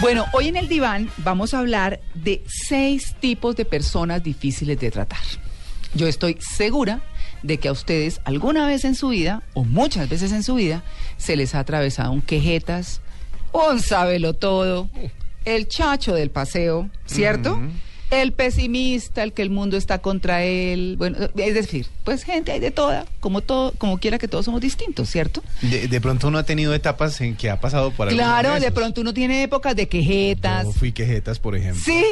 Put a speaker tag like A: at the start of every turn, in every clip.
A: Bueno, hoy en el diván vamos a hablar de seis tipos de personas difíciles de tratar. Yo estoy segura de que a ustedes alguna vez en su vida, o muchas veces en su vida, se les ha atravesado un quejetas, un sábelo todo, el chacho del paseo, ¿cierto? El pesimista, el que el mundo está contra él, bueno, es decir, pues gente hay de toda, como todo, como quiera que todos somos distintos, ¿cierto?
B: De, de pronto uno ha tenido etapas en que ha pasado por alguno
A: Claro, de
B: esos.
A: pronto uno tiene épocas de quejetas.
B: Yo fui quejetas, por ejemplo.
A: ¿Sí?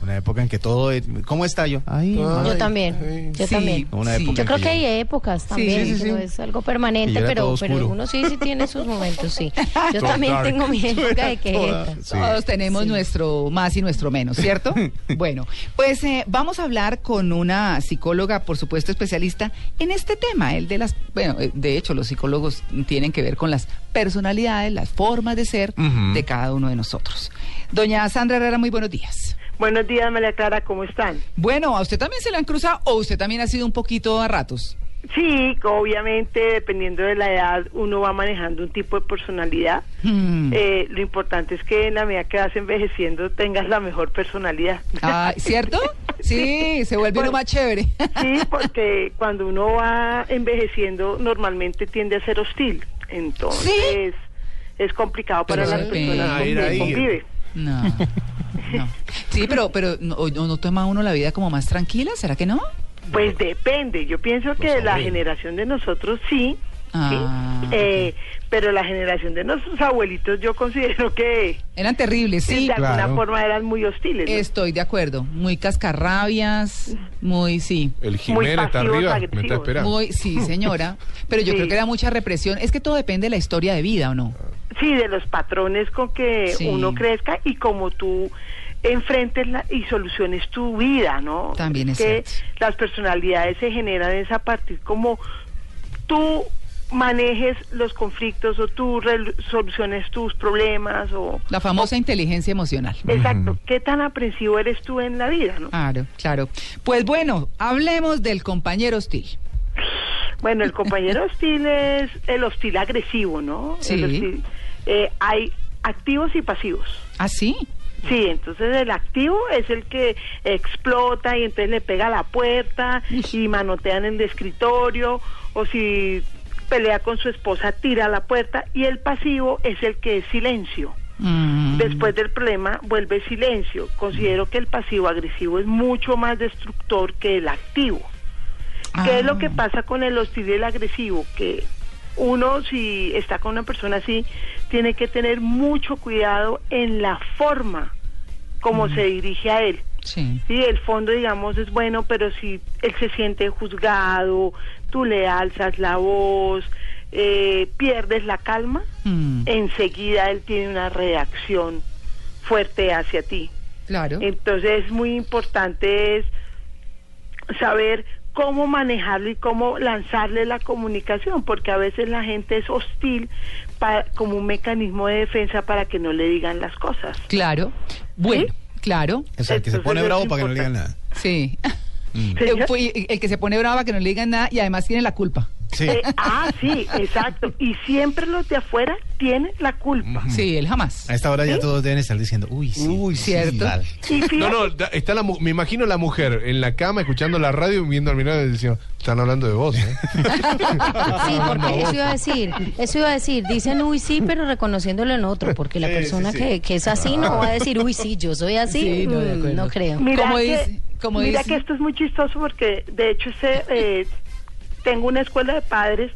B: Una época en que todo. es- ¿Cómo está yo? Ay,
C: Yo
B: ay.
C: también, yo
A: Sí,
C: también.
B: Una
A: sí.
B: época
C: Yo
B: en
C: creo que hay épocas también,
A: sí, sí.
C: pero es algo
B: Que yo
C: permanente,
B: era
C: pero,
B: todo
C: pero
B: oscuro.
C: uno sí, sí tiene sus momentos, sí. Yo
B: Todo
C: también
B: dark.
C: tengo mi época
B: Toda-
C: de quejetas.
B: sí.
A: Todos tenemos nuestro más y nuestro menos, ¿cierto? bueno, pues eh, vamos a hablar con una psicóloga, por supuesto, especialista en este tema, el de las, bueno, eh, de hecho los psicólogos tienen que ver con las personalidades, las formas de ser
B: Ujú.
A: de cada uno de nosotros. Doña Sandra Herrera, muy buenos días.
D: Buenos días, María Clara, ¿cómo están?
A: Bueno, ¿a usted también se le han cruzado o usted también ha sido un poquito a ratos?
D: Sí, obviamente, dependiendo de la edad, uno va manejando un tipo de personalidad.
A: Hmm.
D: Eh, lo importante es que en la medida que vas envejeciendo tengas la mejor personalidad.
A: Ah, ¿Cierto? Sí, se vuelve uno
D: Bueno,
A: más chévere.
D: Sí, porque cuando uno va envejeciendo normalmente tiende a ser hostil. Entonces es complicado para
A: Pero
D: las
A: sí.
D: personas
A: Ah,
D: con
B: era
D: quien
B: ahí.
D: convive.
A: No, no. Sí, pero, pero no, o- ¿no toma uno la vida como más tranquila? ¿Será que no?
D: Pues depende, yo pienso que la generación de nosotros sí, sí.
A: pues Ah,
D: Eh, pero la generación de nuestros abuelitos yo considero que...
A: Eran terribles, sí.
D: de
B: claro.
D: alguna forma eran muy hostiles. ¿no?
A: Estoy de acuerdo. Muy cascarrabias, muy, sí.
E: El
D: Muy
E: Jiménez está
D: pasivos,
E: arriba, me está
D: agresivos.
E: esperando.
A: Muy, sí, señora. Pero yo
D: Sí.
A: creo que era mucha represión. Es que todo depende de la historia de vida, ¿o no?
D: Sí, de los patrones con que
A: Sí.
D: uno crezca y como tú enfrentes la- y soluciones tu vida, ¿no?
A: También es
D: que
A: cierto.
D: las personalidades se generan es a partir como tú manejes los conflictos o tú rel- soluciones tus problemas o
A: La famosa inteligencia emocional.
D: exacto, qué tan aprensivo eres tú en la vida, ¿no?
A: Claro, claro. Pues bueno, hablemos del compañero hostil.
D: Bueno, el compañero hostil es el hostil agresivo, ¿no? El
A: Sí.
D: hostil- eh, hay activos y pasivos.
A: ¿Ah, sí?
D: Sí, entonces el activo es el que explota y entonces le pega a la puerta y manotean en el escritorio o si pelea con su esposa tira a la puerta y el pasivo es el que es silencio.
A: Mm,
D: Después del problema vuelve silencio. Considero que el pasivo agresivo es mucho más destructor que el activo. ¿Qué es lo que
A: ah,
D: pasa con el hostil y el agresivo? Que uno, si está con una persona así, tiene que tener mucho cuidado en la forma como
A: Mm.
D: se dirige a él.
A: Sí.
D: Sí, el fondo, digamos, es bueno, pero si él se siente juzgado, tú le alzas la voz, eh, pierdes la calma,
A: Mm,
D: enseguida él tiene una reacción fuerte hacia ti.
A: claro.
D: Eh, Entonces es muy importante es saber cómo manejarlo y cómo lanzarle la comunicación, porque a veces la gente es hostil pa- como un mecanismo de defensa para que no le digan las cosas.
A: Claro. Bueno, claro.
B: O sea, el que se
D: Entonces
B: pone
D: es
B: bravo para que no le digan nada.
A: Sí.
D: Señor-
E: Mm.
A: Eh, fue el que se pone brava, que no le digan nada y además tiene la culpa.
B: Sí.
D: Eh, ah, sí, exacto. Y siempre los de afuera tienen la
E: Mm.
D: culpa.
A: Sí, él jamás.
B: A esta hora ya todos deben estar diciendo, uy, sí.
E: Uy,
B: sí,
A: ¿Cierto?
B: tal.
D: Y fíjate-
E: No, no, da- está la, mu- me imagino la mujer en la cama escuchando la radio y viendo al mirado y diciendo, están hablando de vos, ¿eh?".
C: Sí, porque eso iba a decir, eso iba a decir, dicen uy sí, pero reconociéndolo en otro, porque la persona Que, que es así no va a decir uy sí, yo soy así,
A: Sí, no, de
C: mm,
A: acuerdo.
C: no creo.
D: Mira,
A: Como
D: que,
A: dice- como
D: mira
A: dice-
D: que esto es muy chistoso porque de hecho sé, eh, tengo una escuela de padres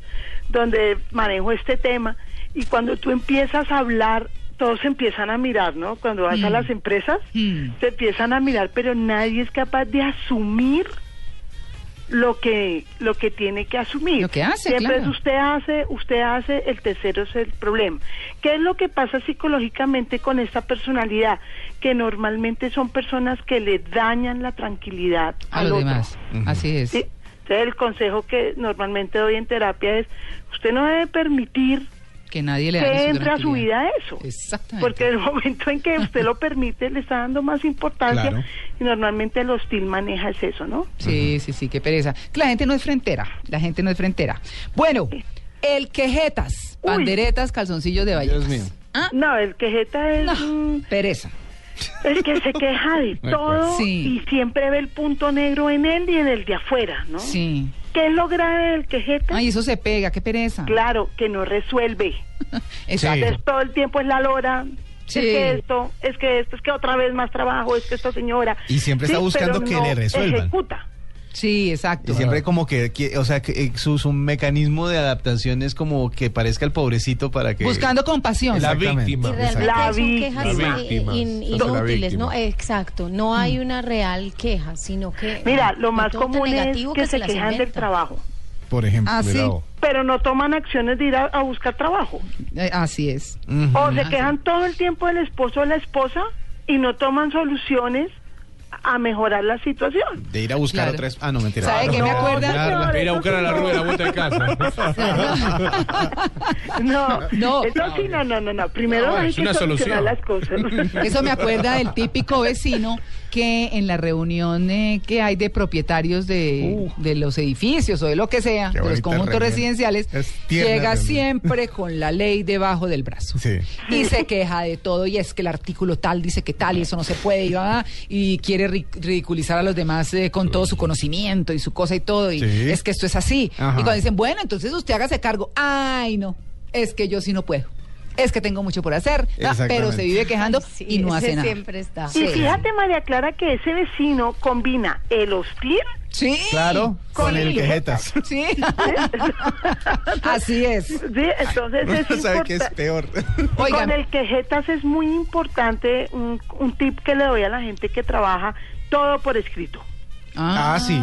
D: donde manejo este tema y cuando tú empiezas a hablar todos empiezan a mirar, ¿no? Cuando vas a las empresas
A: Mm.
D: se empiezan a mirar, pero nadie es capaz de asumir lo que lo que tiene que asumir.
A: Lo que hace,
D: Siempre
A: claro.
D: es usted hace, usted hace, el tercero es el problema. ¿Qué es lo que pasa psicológicamente con esta personalidad? Que normalmente son personas que le dañan la tranquilidad
A: A
D: al
A: los
D: otro.
A: demás.
B: Ujú.
A: Así es.
D: Sí. Entonces el consejo que normalmente doy en terapia es, usted no debe permitir
A: Que nadie le
D: que
A: dañe su
D: entre a su
A: tranquilidad.
D: vida eso.
A: Exactamente.
D: Porque el momento en que usted lo permite le está dando más importancia
B: Claro.
D: y normalmente el hostil maneja es eso, ¿no?
A: Sí, sí, sí, qué pereza. Que La gente no es frentera, la gente no es frentera. Bueno, el quejetas,
D: Uy.
A: panderetas, calzoncillos de valletas.
B: Dios mío.
A: Ah,
D: No, el quejeta es,
A: no,
D: mm,
A: pereza.
D: es que se queja de
B: pues.
D: todo
A: Sí.
D: y siempre ve el punto negro en él y en el de afuera, ¿no?
A: Sí.
D: ¿Qué es lo grave del quejeta?
A: Ay, eso se pega, qué pereza.
D: Claro, que no resuelve.
A: Exacto.
D: Entonces, todo el tiempo es la lora.
A: Sí.
D: Es que esto, es que esto, es que otra vez más trabajo, es que esta señora.
B: Y siempre está buscando
D: pero
B: que
D: no
B: le resuelvan.
D: Ejecuta.
A: Sí, exacto.
B: Y siempre como que, que- o sea, que eh, su, su mecanismo de adaptación es como que parezca el pobrecito para que...
A: Buscando compasión.
E: La
B: Exactamente.
E: víctima.
C: Y realmente
D: La
C: son
D: víctima.
C: quejas
E: La
C: eh,
E: víctima.
C: in-
E: Esa es la
C: inútiles,
E: víctima.
C: ¿no? Exacto, no hay una real queja, sino que...
D: Mira, lo
C: y
D: más
C: todo tan
D: común es que,
C: negativo
D: se
C: las
D: quejan del
C: inventan.
D: trabajo,
B: Por ejemplo.
A: Ah, sí.
B: cuidado.
D: pero no toman acciones de ir a, a buscar trabajo.
A: Eh, Así es.
B: Ujú.
D: O
A: Ah,
D: se
A: sí.
D: quejan todo el tiempo del esposo o la esposa y no toman soluciones a mejorar la situación.
B: De ir a buscar
A: Claro.
B: otras... Ah, no, mentira.
A: ¿Sabe
B: Ah,
A: qué
B: no,
A: me acuerda?
B: mirarla.
D: Claro.
E: Ir a buscar a la rueda a la vuelta de casa.
D: No,
A: No.
D: Eso sí, no, no, no, no. Primero
E: No,
D: hay
E: es
D: que
E: una
D: solucionar las
E: solución.
D: cosas.
A: Eso me acuerda del típico vecino que en la reunión eh, que hay de propietarios de, de los edificios o de lo que sea,
B: Qué
A: de los
B: bonita
A: conjuntos
B: reunión.
A: residenciales,
B: Es tierna
A: llega
B: reunión.
A: siempre con la ley debajo del brazo.
B: Sí.
A: Y se queja de todo y es que el artículo tal dice que tal y eso no se puede y, va, y quiere ri- ridiculizar a los demás eh, con todo su conocimiento y su cosa y todo y
B: Sí.
A: es que esto es así.
B: Ajá.
A: Y cuando dicen, bueno, entonces usted hágase cargo. Ay, no, es que yo sí no puedo. Es que tengo mucho por hacer, ah, pero se
B: Exactamente.
A: vive quejando
C: Ay, sí,
A: y no
C: ese
A: hace nada.
C: siempre está.
A: Sí.
D: Y fíjate, María Clara, que ese vecino combina el hostil
A: Sí.
B: Claro, con el quejetas.
A: Sí. Así es.
D: Sí, entonces
B: Uno
D: es
B: no sabe qué es
D: importa-
B: peor.
A: Oigan.
D: Con el quejetas es muy importante un, un tip que le doy a la gente que trabaja todo por escrito.
B: Ah, sí.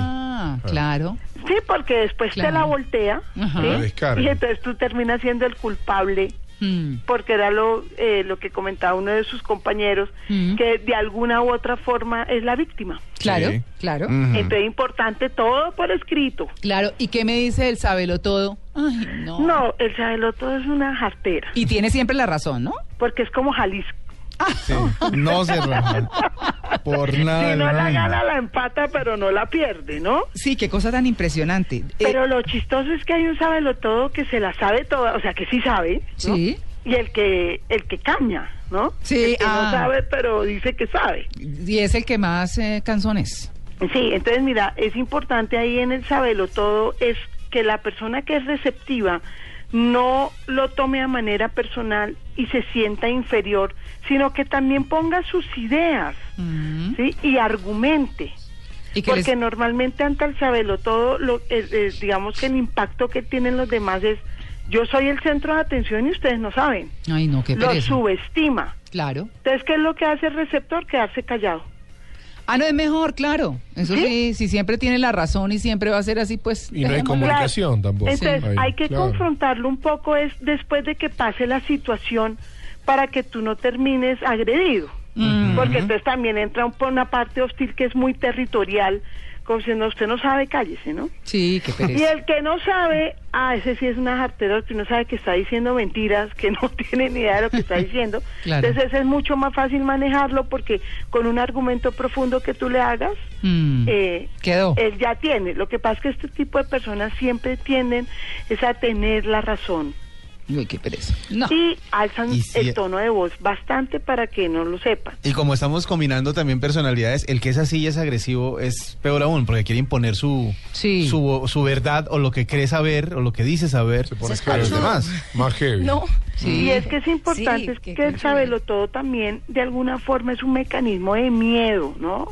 A: Claro.
D: Sí, porque después te
A: Claro.
D: la voltea
A: Ajá.
D: ¿sí?
E: La descarga.
D: y entonces tú terminas siendo el culpable
A: Mm.
D: porque era lo, eh, lo que comentaba uno de sus compañeros,
A: Mm.
D: que de alguna u otra forma es la víctima.
A: Claro,
B: Sí.
A: claro.
B: Ujú.
D: Entonces es importante todo por escrito.
A: Claro. ¿Y qué me dice el sabelo todo? Ay, no.
D: No, el sabeloto es una jartera,
A: Y tiene siempre la razón, ¿no?
D: porque es como Jalisco.
B: Sí. No se raja. Por nada.
D: Si no
B: del
D: la
B: mundo.
D: gana, la empata, pero no la pierde, ¿no?
A: Sí, qué cosa tan impresionante. Eh,
D: Pero lo chistoso es que hay un sábelo todo que se la sabe toda, o sea, que sí sabe, ¿no?
A: Sí.
D: Y el que el que caña, ¿no?
A: Sí,
D: el que
A: ah.
D: no sabe, pero dice que sabe.
A: Y es el que más eh, canciones.
D: Sí, entonces mira, es importante ahí en el sabelo todo es que la persona que es receptiva no lo tome a manera personal y se sienta inferior, sino que también ponga sus ideas,
A: Mm.
D: ¿sí? Y argumente.
A: Y que
D: Porque
A: les-
D: normalmente ante el sabelo todo, lo, eh, eh, digamos que el impacto que tienen los demás es, yo soy el centro de atención y ustedes no saben.
A: Ay, no, qué
D: Lo
A: pereza.
D: subestima.
A: Claro.
D: Entonces, ¿qué es lo que hace el receptor? Quedarse callado.
A: Ah, no, es mejor, claro. Eso sí, si siempre tiene la razón y siempre va a ser así, pues...
E: Y no hay
A: dejémoslo.
E: como- Comunicación tampoco.
D: Entonces,
E: Sí.
D: hay que
E: Claro.
D: confrontarlo un poco es después de que pase la situación para que tú no termines agredido.
A: Mm.
D: Porque entonces también entra un, por una parte hostil que es muy territorial, como diciendo, usted no sabe, cállese, ¿no?
A: Sí, qué pereza.
D: Y el que no sabe, ah, ese sí es una jartera, que no sabe que está diciendo mentiras, que no tiene ni idea de lo que está diciendo.
A: Claro.
D: Entonces ese es mucho más fácil manejarlo porque con un argumento profundo que tú le hagas,
A: Mm.
D: eh,
A: Quedó.
D: él ya tiene. Lo que pasa es que este tipo de personas siempre tienden es a tener la razón
A: Uy, qué pereza. No.
D: y alzan
B: Y si-
D: el tono de voz bastante para que no lo sepan.
B: Y como estamos combinando también personalidades, el que es así y es agresivo es peor aún, porque quiere imponer su,
A: Sí.
B: su, su verdad o lo que cree saber o lo que dice saber
C: pone
B: a los
C: escucha.
B: demás.
E: Más heavy.
C: No,
A: Sí.
D: Y es que es importante
C: Sí,
D: es
C: qué
D: que el
C: cachorro.
D: saberlo todo también de alguna forma es un mecanismo de miedo, ¿no?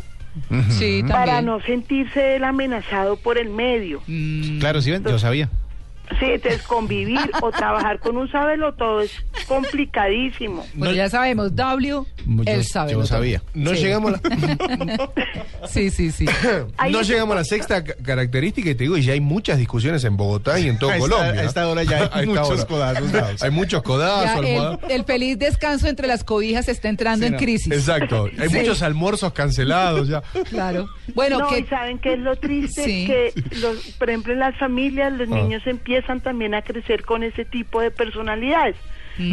A: Sí, también.
D: Para no sentirse él amenazado por el medio.
A: Mm.
B: Claro, sí, ven, yo sabía.
D: Sí, entonces convivir o trabajar con un sabelo todo es complicadísimo.
A: Pues ya sabemos, W,
B: Yo-
A: él sabe.
B: yo sabía.
E: No
A: Sí.
E: llegamos a la,
A: Sí, sí, sí.
D: Ahí
E: no
D: es-
E: llegamos a la sexta ca- característica y te digo, y ya hay muchas discusiones en Bogotá y en todo
B: A esta-
E: Colombia.
B: a esta hora ya hay
E: A esta
B: muchos codazos dados.
E: Hay muchos
A: Ya eh,
E: codazos,
A: el,
E: almohadas.
A: el feliz descanso entre las cobijas está entrando
B: Sí,
A: en
B: no.
A: crisis.
E: Exacto. Hay
A: Sí.
E: muchos almuerzos cancelados ya.
A: Claro. Bueno,
D: no,
A: que
D: y saben qué es lo triste,
A: Sí.
D: que los, por ejemplo en las familias los
E: Ah.
D: niños empiezan también a crecer con ese tipo de personalidades,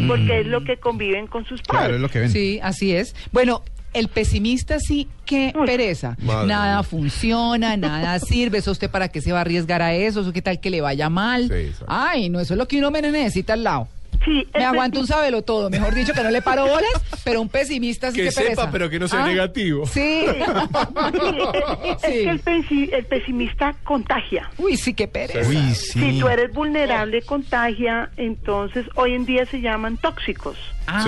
D: porque es lo
A: Mm.
D: que conviven con sus padres.
B: Claro, es lo que ven.
A: Sí, así es. Bueno, el pesimista sí que
D: Uy.
A: pereza.
E: Madre
A: nada
E: mía.
A: funciona, nada sirve. ¿Eso usted para qué se va a arriesgar a eso? ¿Eso qué tal que le vaya mal?
E: Sí, exacto.
A: Ay, no, eso es lo que uno menos necesita al lado.
D: Sí,
A: Me
D: es
A: aguanto un sabelo todo, mejor dicho que no le paro bolas, pero un pesimista sí que,
E: Que sepa,
A: pereza. Ah,
E: pero que no sea negativo.
A: Sí.
D: es, es que el, pesi- el pesimista contagia.
A: Uy, sí que pereza.
B: Uy,
D: Si
B: sí.
D: tú eres vulnerable, contagia, entonces hoy en día se llaman tóxicos.
A: Ah,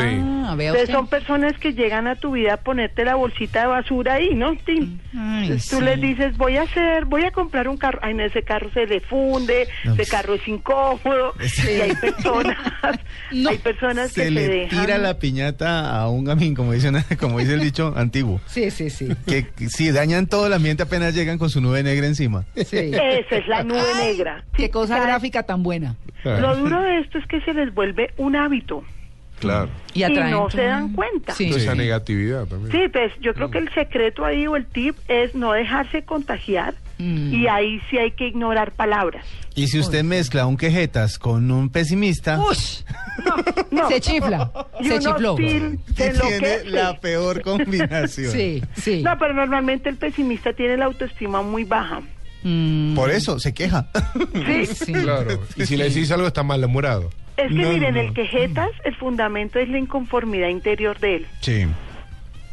A: vea
D: Entonces
A: usted.
D: son personas que llegan a tu vida a ponerte la bolsita de basura ahí, ¿no? Tim?
A: Ay,
D: Entonces tú
A: sí.
D: les dices, voy a hacer, voy a comprar un carro. Ay, no, ese carro se le funde, ese
A: pues.
D: carro es incómodo. Y hay personas,
A: No.
D: hay personas que
B: Se
D: se
B: le
D: dejan.
B: tira la piñata a un gamín, como, dicen, como dice el dicho antiguo.
A: Sí, sí, sí.
B: Que que sí, dañan todo el ambiente apenas llegan con su nube negra encima.
A: sí.
D: Esa es la nube
A: Ay,
D: negra.
A: Qué
D: Sí,
A: cosa
D: cada-
A: gráfica tan buena.
D: Lo duro de esto es que se les vuelve un hábito.
E: Claro.
A: Y,
D: Y
A: atraen
D: no
A: todo.
D: se dan cuenta.
A: Sí.
E: Esa negatividad también.
D: Sí, pues yo creo que el secreto ahí o el tip es no dejarse contagiar
A: Mm.
D: y ahí sí hay que ignorar palabras.
B: Y si usted mezcla un quejetas con un pesimista,
A: Ush. Se chifla,
D: Y
A: se
D: uno
A: chifló.
D: til- se
B: tiene
D: enloquece.
B: la peor combinación.
A: Sí, sí.
D: No, pero normalmente el pesimista tiene la autoestima muy baja.
A: Mm,
B: Por eso se queja.
D: Sí.
A: sí.
E: Claro. Y si le decís algo, está malhumorado.
D: Es que
B: No,
D: miren,
B: no, no.
D: el quejetas, el fundamento es la inconformidad interior de él.
B: Sí.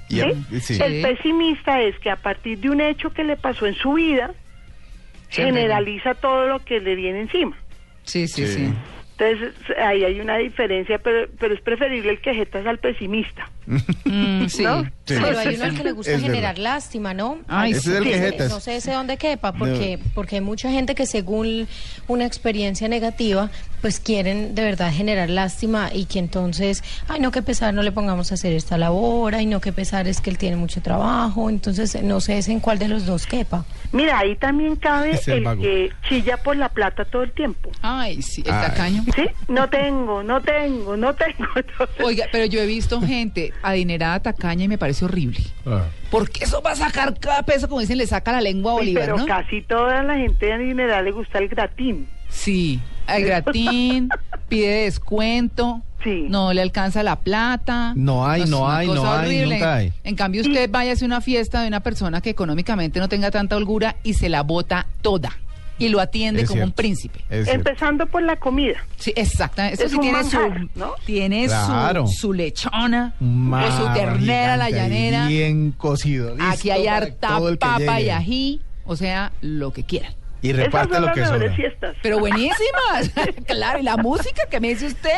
B: Y a-
D: ¿sí?
B: sí.
D: El pesimista es que a partir de un hecho que le pasó en su vida, generaliza todo lo que le viene encima.
A: Sí, sí, sí.
D: Entonces, ahí hay una diferencia, pero, pero es preferible el quejetas al pesimista.
A: Mm, sí.
D: ¿No?
B: Sí.
C: Pero hay uno al que le gusta
B: Es verdad.
C: generar lástima, ¿no?
A: Ay,
B: Ese es el
C: Sí,
B: quejetas.
C: No sé ese dónde quepa, porque, porque hay mucha gente que según una experiencia negativa, pues quieren de verdad generar lástima y que entonces, ay no, qué pesar, no le pongamos a hacer esta labor, ay no, qué pesar, es que él tiene mucho trabajo, entonces no sé ese en cuál de los dos quepa.
D: Mira, ahí también cabe
B: Es el
D: el
B: vago.
D: que chilla por la plata todo el tiempo.
A: Ay, sí, el
B: Ay.
A: tacaño.
D: Sí, no tengo, no tengo, no tengo. Entonces,
A: Oiga, pero yo he visto gente adinerada tacaña y me parece horrible.
E: Ah.
A: Porque eso va a sacar cada peso, como dicen, le saca la lengua a
D: Uy,
A: Bolívar,
D: pero
A: ¿no?
D: casi toda la gente en general le gusta el gratín.
A: Sí, al gratín, pide descuento,
D: Sí.
A: no le alcanza la plata.
B: No hay,
A: es
B: no
A: una
B: hay,
A: cosa
B: no hay, nunca hay.
A: En cambio, usted váyase a una fiesta de una persona que económicamente no tenga tanta holgura y se la bota toda y lo atiende
B: Es
A: como un
B: cierto.
A: príncipe.
B: Es cierto.
D: Empezando por la comida.
A: Sí, exactamente. Eso
D: Es
A: sí
D: un
A: tiene
D: manjar,
A: su,
D: ¿no?
A: tiene su-
B: Claro.
A: su, lechona
B: Mar
A: o su ternera, la
B: gigante ahí,
A: llanera.
B: Bien cocido. listo
A: Aquí hay
B: para
A: harta
B: todo el que
A: papa y
B: llegue.
A: ají, o sea, lo que quieran.
B: Y
D: Esas
B: reparte
D: son
B: lo
D: las
B: que sobra.
D: mejores fiestas.
A: Pero buenísimas, claro, y la música que me dice usted.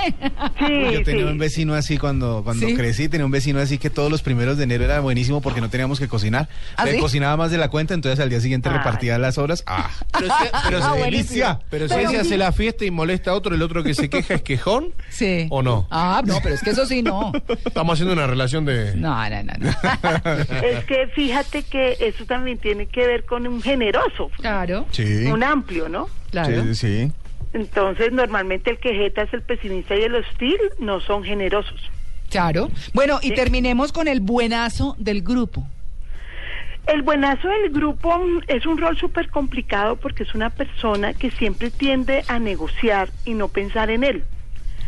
D: sí,
B: Yo tenía
D: sí.
B: un vecino así cuando, cuando
A: ¿Sí?
B: crecí, tenía un vecino así que todos los primeros de enero era buenísimo porque no teníamos que cocinar.
A: ¿Ah,
B: Le
A: sí?
B: cocinaba más de la cuenta, entonces al día siguiente
D: Ay.
B: repartía las obras. Ah,
E: Pero si, pero
B: Ah,
E: si-
B: buenísimo.
E: pero si
A: Pero sí.
E: ese hace la fiesta y molesta a otro, el otro que se queja es quejón,
A: Sí.
E: ¿o no?
A: Ah, no, pero es que eso sí no.
E: Estamos haciendo una relación de...
A: No, no, no. no.
D: Es que fíjate que eso también tiene que ver con un generoso,
A: Claro,
B: sí.
D: un amplio, ¿no?
A: claro.
B: Sí, sí.
D: Entonces, normalmente el quejeta es el pesimista y el hostil no son generosos.
A: Claro. Bueno, y terminemos con el buenazo del grupo.
D: El buenazo del grupo mm, es un rol súper complicado porque es una persona que siempre tiende a negociar y no pensar en él.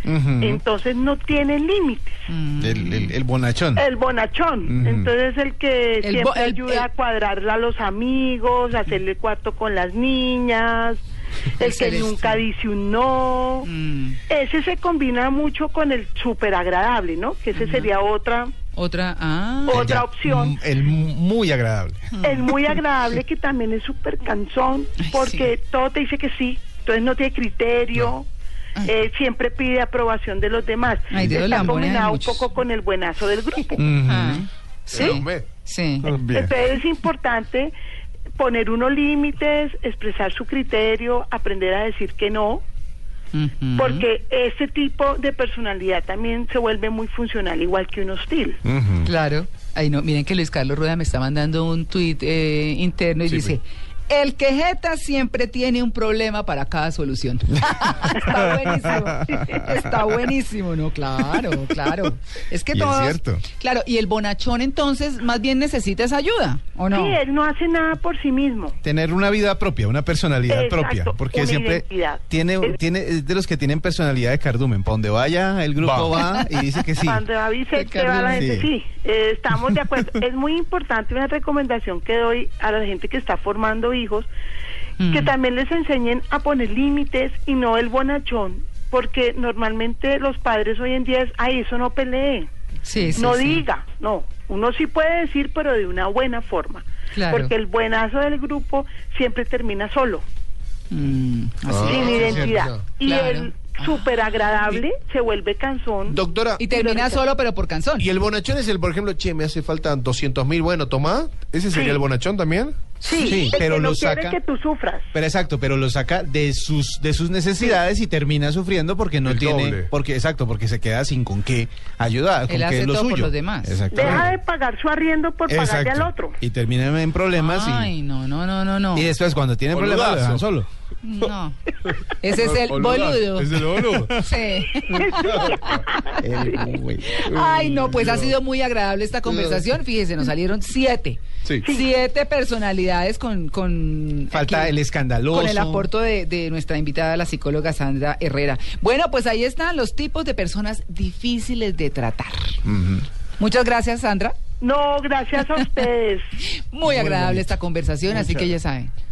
B: Ujú.
D: Entonces no tiene límites.
B: el, el- el bonachón.
D: El bonachón.
B: Ujú.
D: Entonces el que
A: El bo-
D: siempre
A: el-
D: ayuda
A: el-
D: a cuadrarla a los amigos, a hacerle cuarto con las niñas, el que
A: Excelente.
D: nunca dice un no.
A: este. Mm,
D: Ese se combina mucho con el súper agradable, ¿no? Que ese sería otra,
A: Otra, ah.
D: otra
B: ya-
D: opción.
B: mm, El muy agradable.
D: El muy agradable que también es súper cansón
A: Ay,
D: porque todo te dice que sí, entonces no tiene criterio, eh, siempre pide aprobación de los demás.
A: Ay, dedo
D: Está
A: lambón hay
D: combinado un
A: muchos.
D: poco con el buenazo del grupo.
A: Ah,
E: Pero,
A: Sí,
E: hombre,
A: sí.
B: Bien.
D: Entonces es importante poner unos límites, expresar su criterio, aprender a decir que no,
A: Ujú.
D: Porque ese tipo de personalidad también se vuelve muy funcional, igual que un hostil.
A: Claro. Ay, no, miren que Luis Carlos Rueda me está mandando un tuit eh, interno y
E: Sí,
A: dice... El quejeta siempre tiene un problema para cada solución. Está buenísimo. Está buenísimo, no, claro, claro. Es que
B: Y es
A: todos.
B: cierto.
A: Claro, y el bonachón entonces más bien necesita esa ayuda, ¿o no?
D: Sí, él no hace nada por sí mismo.
B: Tener una vida propia, una personalidad
D: Exacto,
B: propia, porque
D: una
B: siempre
D: identidad.
B: tiene,
D: Es-
B: tiene, es de los que tienen personalidad de cardumen. Para donde vaya, el grupo va, y dice que sí.
D: Cuando va Vicente,
B: Ricardo,
D: va la
B: sí.
D: gente, sí, eh, estamos de acuerdo. es muy importante una recomendación que doy a la gente que está formando hijos, que
A: Mm.
D: también les enseñen a poner límites y no el bonachón, porque normalmente los padres hoy en día es, ay, eso no pelee,
A: Sí, sí,
D: no
A: sí.
D: diga, no. Uno sí puede decir, pero de una buena forma.
A: Claro.
D: Porque el buenazo del grupo siempre termina solo,
A: Mm, así.
E: Ah,
D: sin
E: sí,
D: identidad.
E: cierto.
D: Y
A: Claro. Ah.
D: el súper agradable se vuelve cansón.
E: Doctora,
A: Y termina solo, pero por canción.
E: ¿y el bonachón es el, por ejemplo, che, me hace falta 200 mil, bueno, tomá? ¿Ese sería
D: Sí.
E: el bonachón también?
D: Sí,
B: Sí,
D: el
B: pero
D: que no
B: lo
D: quiere
B: saca- Ah.
D: que tú sufras.
B: Pero exacto, pero lo saca de sus de sus necesidades y termina sufriendo porque no
E: El
B: tiene
E: doble.
B: porque exacto, porque se queda sin con qué ayudar, con
A: Él
B: qué
A: hace
B: es lo
A: todo por
B: suyo.
A: los demás.
B: Exactamente.
D: Deja de pagar su arriendo por pagarle
B: Exacto.
D: al otro.
B: Y termina en problemas
A: Ay,
B: y,
A: no, no, no, no, no.
B: y después cuando tiene problemas lo
E: Boludazo.
B: dejan solo.
A: No. Ese es el
E: Boluda,
A: boludo.
E: Es el boludo.
A: Sí.
B: El güey.
A: Ay, no, pues ha sido muy agradable esta conversación. Fíjese, nos salieron siete.
E: Sí.
A: Siete personalidades con... con
B: Falta el escandaloso.
A: Con el aporto de, de nuestra invitada, la psicóloga Sandra Herrera. Bueno, pues ahí están los tipos de personas difíciles de tratar. Muchas gracias, Sandra.
D: No, gracias a ustedes.
A: Muy, agradable esta conversación, así que ya saben.